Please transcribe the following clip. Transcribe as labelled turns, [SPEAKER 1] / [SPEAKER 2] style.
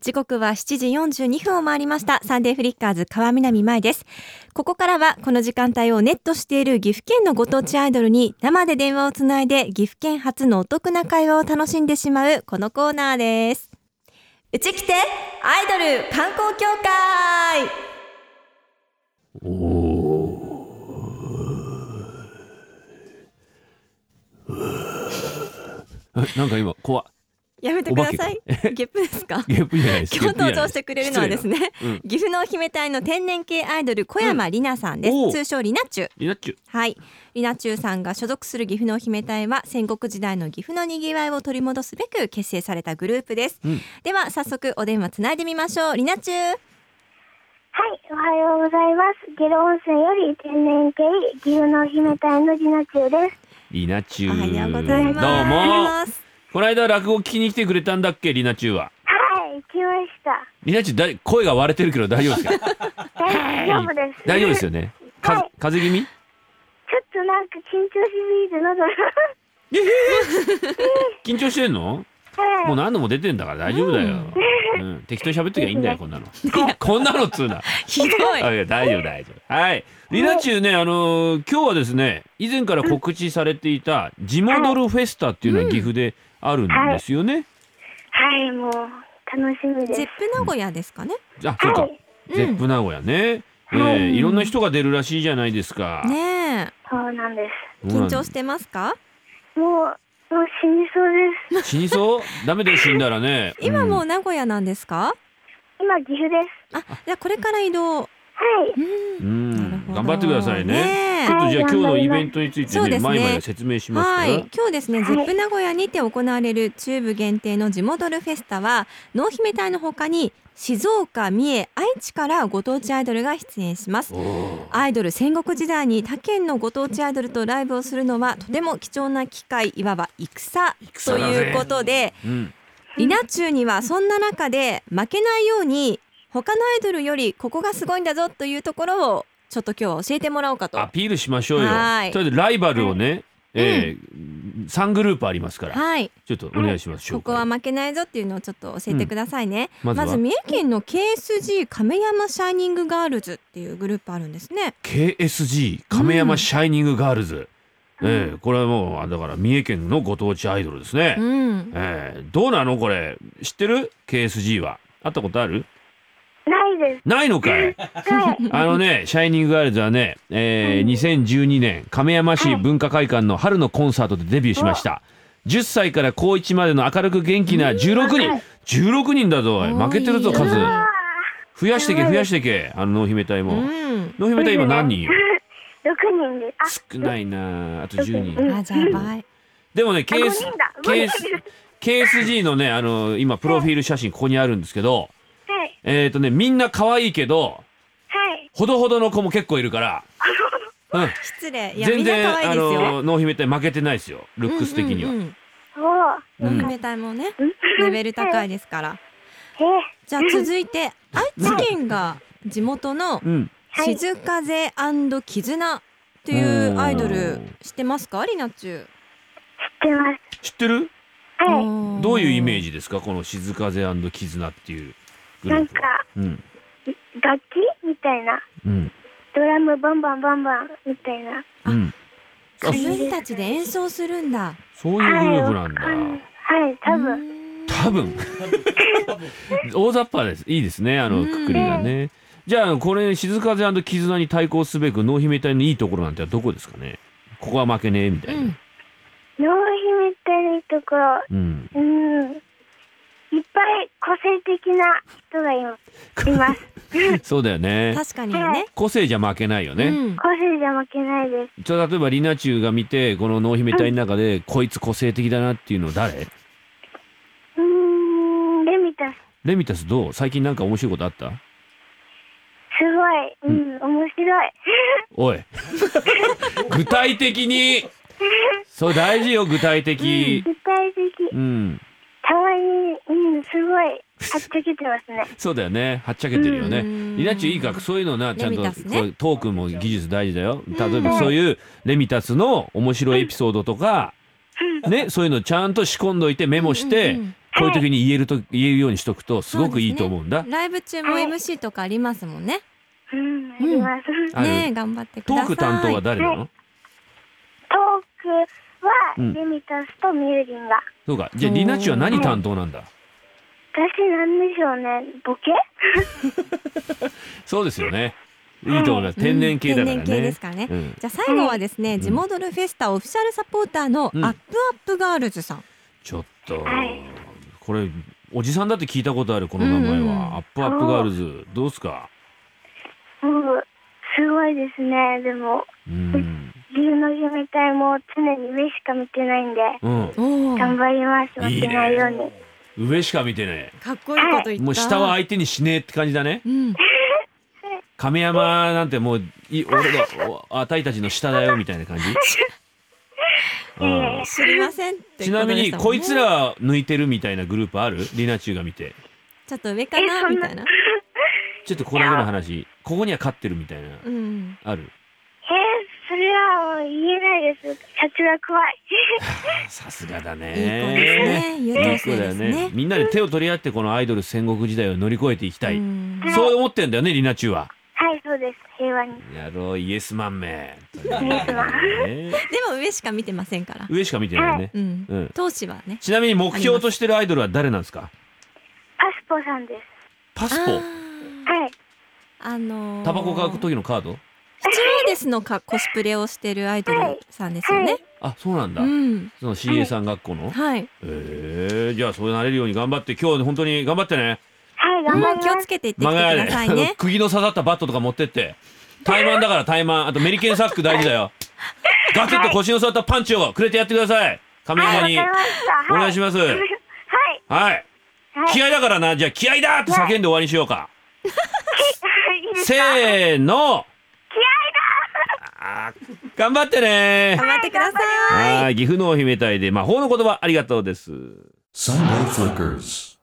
[SPEAKER 1] 時刻は7時42分を回りましたサンデーフリッカーズ川南舞ですここからはこの時間帯をネットしている岐阜県のご当地アイドルに生で電話をつないで岐阜県初のお得な会話を楽しんでしまうこのコーナーですうち来てアイドル観光協会
[SPEAKER 2] えなんか今怖っ
[SPEAKER 1] やめてくださいゲップですか
[SPEAKER 2] ゲップじゃないです
[SPEAKER 1] 今日登場してくれるのはです
[SPEAKER 2] ね
[SPEAKER 1] ね、
[SPEAKER 2] うん
[SPEAKER 1] 岐阜の姫隊の天然系アイドル小山里奈さんです、
[SPEAKER 2] うんおう
[SPEAKER 1] 通称里奈中
[SPEAKER 2] リナッチュ
[SPEAKER 1] はい、りなちゅうさんが所属する岐阜のお姫隊は戦国時代の岐阜のにぎわいを取り戻すべく結成されたグループです、
[SPEAKER 2] うん
[SPEAKER 1] では早速お電話つないでみましょうりなちゅう
[SPEAKER 3] はい、おはようございます。ゲロ温泉より天然系岐阜の姫隊のジナチュウです。
[SPEAKER 2] リナチ
[SPEAKER 1] お
[SPEAKER 2] ュ
[SPEAKER 1] はようございます
[SPEAKER 2] どうもこの間落語聞きに来てくれたんだっけリナチュは
[SPEAKER 3] はい、来ました。
[SPEAKER 2] リナチュだい声が割れてるけど大丈夫ですか
[SPEAKER 3] 大丈夫です。
[SPEAKER 2] 大丈夫ですよねか、
[SPEAKER 3] はい
[SPEAKER 2] 風邪気味
[SPEAKER 3] ちょっとなんか緊張しすぎて喉が。
[SPEAKER 2] 緊張してんのもう
[SPEAKER 3] はい。
[SPEAKER 2] 何度も出てんだから大丈夫だよ、うん適当に喋っときゃいいんだよこんなのこんなのっつうな
[SPEAKER 1] ひどい
[SPEAKER 2] あいや大丈夫大丈夫はいリナチュねあのー今日はですね以前から告知されていた地元ルフェスタっていうのは岐阜であるんですよね、
[SPEAKER 3] はい、もう楽しみ
[SPEAKER 1] ジ
[SPEAKER 3] で
[SPEAKER 1] ッ。
[SPEAKER 3] す
[SPEAKER 1] プ名古屋ですかね
[SPEAKER 2] あそうか、
[SPEAKER 3] はい
[SPEAKER 2] ゼップ名古屋ね、えー
[SPEAKER 3] はい
[SPEAKER 2] いろんな人が出るらしいじゃないですか、
[SPEAKER 1] ね
[SPEAKER 3] そうなんです。
[SPEAKER 1] え
[SPEAKER 2] そうな
[SPEAKER 1] 緊
[SPEAKER 2] んだ
[SPEAKER 1] 張してますか
[SPEAKER 3] もう、もう死にそうです。
[SPEAKER 2] 死にそうダメで死んだらね
[SPEAKER 1] 今も
[SPEAKER 2] う
[SPEAKER 1] うん名古屋なんですか、
[SPEAKER 3] 今、岐阜です。
[SPEAKER 1] あ、じゃあこれから移動、
[SPEAKER 3] はい。
[SPEAKER 2] う
[SPEAKER 1] なるほど
[SPEAKER 2] ん頑張ってくださいね
[SPEAKER 1] ねえ
[SPEAKER 2] ちょっとじゃあ今日のイベントについて
[SPEAKER 1] そう
[SPEAKER 2] ね
[SPEAKER 1] ですね
[SPEAKER 2] 前々説明しますか
[SPEAKER 1] は
[SPEAKER 2] ら、
[SPEAKER 1] い、今日ですね、
[SPEAKER 3] はい
[SPEAKER 1] ゼップ名古屋にて行われる中部限定の地元ルフェスタは、濃姫隊のほかに静岡、三重、愛知からご当地アイドルが出演します
[SPEAKER 2] お。ー
[SPEAKER 1] アイドル戦国時代に他県のご当地アイドルとライブをするのはとても貴重な機会いわば戦
[SPEAKER 2] 戦
[SPEAKER 1] と
[SPEAKER 2] だぜ
[SPEAKER 1] いうことで
[SPEAKER 2] うん、
[SPEAKER 1] リナ中にはそんな中で負けないように他のアイドルよりここがすごいんだぞというところをちょっと今日は教えてもらおうかと
[SPEAKER 2] アピールしましょうよ
[SPEAKER 1] はい
[SPEAKER 2] それでライバルをね、えー3グループありますから、
[SPEAKER 1] はい
[SPEAKER 2] ちょっとお願いします、
[SPEAKER 1] こ
[SPEAKER 2] 紹
[SPEAKER 1] こ
[SPEAKER 2] 介
[SPEAKER 1] は負けないぞっていうのをちょっと教えてくださいね、
[SPEAKER 2] うんま
[SPEAKER 1] ま
[SPEAKER 2] ず
[SPEAKER 1] ず
[SPEAKER 2] は
[SPEAKER 1] 三重県の KSG 亀山シャイニングガールズっていうグループあるんですね
[SPEAKER 2] KSG 亀山シャイニングガールズ、えーこれはもうあだから三重県のご当地アイドルですね、
[SPEAKER 1] うん。
[SPEAKER 2] えーどうなのこれ知ってる KSG は会ったことある
[SPEAKER 3] ないです。
[SPEAKER 2] ないのかい
[SPEAKER 3] はい。
[SPEAKER 2] あのねシャイニングガールズはね、えー2012年亀山市文化会館の春のコンサートでデビューしました10歳から高1までの明るく元気な16人16人だぞおい負けてるぞ
[SPEAKER 1] 多い
[SPEAKER 2] 数
[SPEAKER 1] う
[SPEAKER 3] あ
[SPEAKER 1] わ
[SPEAKER 2] 増やしてけ増やしてけあの濃姫隊
[SPEAKER 1] う
[SPEAKER 2] も
[SPEAKER 1] ん。
[SPEAKER 2] 濃姫隊今何人よ
[SPEAKER 3] ー、6人です。あ、
[SPEAKER 2] 少ないなああと10人
[SPEAKER 3] うん
[SPEAKER 1] あじゃあ倍。
[SPEAKER 2] でもね
[SPEAKER 3] あ
[SPEAKER 2] KS
[SPEAKER 3] 5人だ。5
[SPEAKER 2] KS
[SPEAKER 3] 人です。
[SPEAKER 2] KSG の ねあの今プロフィール写真ここにあるんですけど
[SPEAKER 3] はい。
[SPEAKER 2] えっ、ー、とねみんな可愛いけど
[SPEAKER 3] はい。
[SPEAKER 2] ほどほどの子も結構いる から、うん、
[SPEAKER 1] 失礼。いやみ
[SPEAKER 2] 全
[SPEAKER 1] んな
[SPEAKER 2] 然
[SPEAKER 1] 可愛いです
[SPEAKER 2] あ
[SPEAKER 1] よ。
[SPEAKER 2] の濃姫隊負けてないですよルックス的には、
[SPEAKER 1] うんうん
[SPEAKER 3] おー。
[SPEAKER 1] うん。
[SPEAKER 2] うん
[SPEAKER 1] お姫隊もね
[SPEAKER 3] うん
[SPEAKER 1] レベル 高いですから。
[SPEAKER 3] え
[SPEAKER 1] じゃあ続いて愛知県が地元の
[SPEAKER 2] うん
[SPEAKER 3] はい
[SPEAKER 1] 静風絆っていうアイドル知ってますかリナチュウ。
[SPEAKER 3] 知ってます。
[SPEAKER 2] 知ってる
[SPEAKER 3] は
[SPEAKER 2] どういうイメー
[SPEAKER 1] ジ？
[SPEAKER 2] ジですかこの静風絆っていう
[SPEAKER 3] い。
[SPEAKER 2] グル
[SPEAKER 3] なん
[SPEAKER 2] ープ
[SPEAKER 3] か、
[SPEAKER 2] うん
[SPEAKER 3] 楽器みたいな。
[SPEAKER 2] うん
[SPEAKER 3] ドラムバンバンバンバンみたいな。
[SPEAKER 1] あ
[SPEAKER 2] うんあ
[SPEAKER 1] 自分たちで演奏するんだ。
[SPEAKER 2] そういうグループなんだ、
[SPEAKER 3] はい、多分。
[SPEAKER 1] 分
[SPEAKER 2] 多 分大雑把ですいいですねあの
[SPEAKER 1] うん
[SPEAKER 2] くくりがねじゃあこれ静風絆に対抗すべく濃姫隊のいいところなんてどこですかねここは負けねえみたいな、
[SPEAKER 3] 脳秘めてるところ、
[SPEAKER 2] うん、
[SPEAKER 3] うん。いっぱい個性的な人がいまい ます。
[SPEAKER 2] そうだよね
[SPEAKER 1] 確かにね。
[SPEAKER 2] 個性じゃ負けないよ
[SPEAKER 1] う
[SPEAKER 2] ね、
[SPEAKER 1] ん
[SPEAKER 3] 個性じゃ負けないです。
[SPEAKER 2] じゃあ例えばリナチュウが見てこの濃姫隊の中でこいつ個性的だなっていうの誰
[SPEAKER 3] うーん、レミタス、
[SPEAKER 2] レミタスどう最近なんか面白いことあった
[SPEAKER 3] すごい。うん、面白い。
[SPEAKER 2] おい具体的にそう大事よ具体的
[SPEAKER 3] 具体的。
[SPEAKER 2] うん
[SPEAKER 3] たまに、うん、すごい。はっちゃけてますね。
[SPEAKER 2] そうだよね。はっちゃけてるよね。
[SPEAKER 1] うん
[SPEAKER 2] リナッチいいからそういうのな、ちゃんと、
[SPEAKER 1] レミタスね
[SPEAKER 2] こうトークも技術大事だよ。例えばそういうレミタスの面白いエピソードとか、ね、そういうのちゃんと仕込んどいてメモして
[SPEAKER 1] うんうんうん、
[SPEAKER 2] こういう時に言えると言えるようにしとくとすごくいいと思うんだ。
[SPEAKER 1] ライブ中も
[SPEAKER 3] はい
[SPEAKER 1] MC とかありますもんね。
[SPEAKER 3] うん、あります。
[SPEAKER 2] ある
[SPEAKER 1] ねえ頑張ってく
[SPEAKER 2] ト
[SPEAKER 1] ださ
[SPEAKER 2] ー
[SPEAKER 1] い。
[SPEAKER 2] ク担当は誰なの、
[SPEAKER 3] はトークは、
[SPEAKER 2] うん
[SPEAKER 3] レミタスとミューリンが。
[SPEAKER 2] そうかじゃあリナッチは何担当なんだ、
[SPEAKER 3] 私なんでしょうね、ボケ
[SPEAKER 2] そうですよねいいと思います天然系だからね、
[SPEAKER 1] うん天然系ですからね
[SPEAKER 2] うん
[SPEAKER 1] じゃあ最後はですね、
[SPEAKER 2] ん
[SPEAKER 1] 地元ルフェスタオフィシャルサポーターのアッ
[SPEAKER 2] うん
[SPEAKER 1] プアップガールズさん。
[SPEAKER 2] ちょっと、
[SPEAKER 3] はい
[SPEAKER 2] これおじさんだって聞いたことあるこの名前は、
[SPEAKER 1] うんうん
[SPEAKER 2] アップアップガールズどうっすか
[SPEAKER 3] もう、すごいですね。でも、
[SPEAKER 2] うん、
[SPEAKER 3] 竜の姫隊も常に上しか見てないんで、
[SPEAKER 2] うん、
[SPEAKER 1] おお、
[SPEAKER 3] 頑張ります。
[SPEAKER 2] い
[SPEAKER 3] 負
[SPEAKER 2] い
[SPEAKER 3] けないように。
[SPEAKER 2] ね上しか見てね
[SPEAKER 1] かっこいいこと言った。
[SPEAKER 2] もう下は相手にしねえって感じだね
[SPEAKER 1] うん、
[SPEAKER 2] 亀山なんてもうい俺のおあたいたちの下だよみたいな 感じああ
[SPEAKER 1] 知りませんって
[SPEAKER 2] ち
[SPEAKER 1] いうこ
[SPEAKER 2] な
[SPEAKER 1] とで
[SPEAKER 2] み
[SPEAKER 1] したもんね、
[SPEAKER 2] にこいつら抜いてるみたいなグループあるリナチューが見て
[SPEAKER 1] ちょっと上か
[SPEAKER 3] え
[SPEAKER 1] な
[SPEAKER 3] そん
[SPEAKER 1] み
[SPEAKER 3] な
[SPEAKER 1] たいな。
[SPEAKER 2] ちょっとこれだけの話ここには勝ってるみたいな
[SPEAKER 1] うん。
[SPEAKER 2] ある
[SPEAKER 3] えー、それはもう言えないです。社長が 怖い。
[SPEAKER 2] さすがだ
[SPEAKER 1] いい子ですね。
[SPEAKER 2] ね
[SPEAKER 1] 優
[SPEAKER 2] いい
[SPEAKER 1] 等
[SPEAKER 2] 子
[SPEAKER 1] 生
[SPEAKER 2] だ
[SPEAKER 1] で
[SPEAKER 2] よ
[SPEAKER 1] す
[SPEAKER 2] ね
[SPEAKER 1] ね。
[SPEAKER 2] みんなで手を取り合ってこのアイドル戦国時代を乗り越えていきたい、
[SPEAKER 1] うん
[SPEAKER 2] そう思ってんだよねリナチューは
[SPEAKER 3] はい、そうです。平和に。
[SPEAKER 2] やろうイエスマンめ
[SPEAKER 3] エス マ
[SPEAKER 1] でも上しか見てませんから。
[SPEAKER 2] 上しか見てないよね、
[SPEAKER 1] うん。
[SPEAKER 2] うん、
[SPEAKER 1] 投資はね。
[SPEAKER 2] ちなみに目標としてるアイドルは誰なんですか
[SPEAKER 3] パスポさんです。
[SPEAKER 2] パス
[SPEAKER 1] あ
[SPEAKER 2] ポ
[SPEAKER 1] ー
[SPEAKER 3] はい。
[SPEAKER 1] あのー、
[SPEAKER 2] タバコ買う時のカード
[SPEAKER 1] スチュワーデスのかコスプレをしてるアイドルさんですよね。
[SPEAKER 2] あそうなんだ、
[SPEAKER 1] うん。
[SPEAKER 2] その CA さん学校の、
[SPEAKER 1] はい。
[SPEAKER 2] ええじゃあそうなれるように頑張って今日本当に頑張ってね。
[SPEAKER 3] はい、
[SPEAKER 1] あ
[SPEAKER 3] 頑張
[SPEAKER 1] ん
[SPEAKER 3] り
[SPEAKER 1] ま
[SPEAKER 3] ま
[SPEAKER 1] 気を
[SPEAKER 3] す
[SPEAKER 1] つ。けていってきてくださいね
[SPEAKER 2] 釘の刺さったバットとか持ってって怠慢だから怠慢あとメリケンサック大事 だよガツッと腰の座ったパンチをくれてやってください神
[SPEAKER 3] はい、わ
[SPEAKER 2] 山
[SPEAKER 3] か
[SPEAKER 2] に
[SPEAKER 3] りました。はい
[SPEAKER 2] お願いします
[SPEAKER 3] はい。
[SPEAKER 2] はい
[SPEAKER 3] はい。
[SPEAKER 2] 気合だからなじゃあ気合だって叫んで終わりにしようか
[SPEAKER 3] はいいいですか
[SPEAKER 2] せーのあー頑張ってね
[SPEAKER 1] 頑張ってください。
[SPEAKER 2] はい岐阜のお姫隊で魔法の言葉ありがとうです
[SPEAKER 4] Sunday Flickers.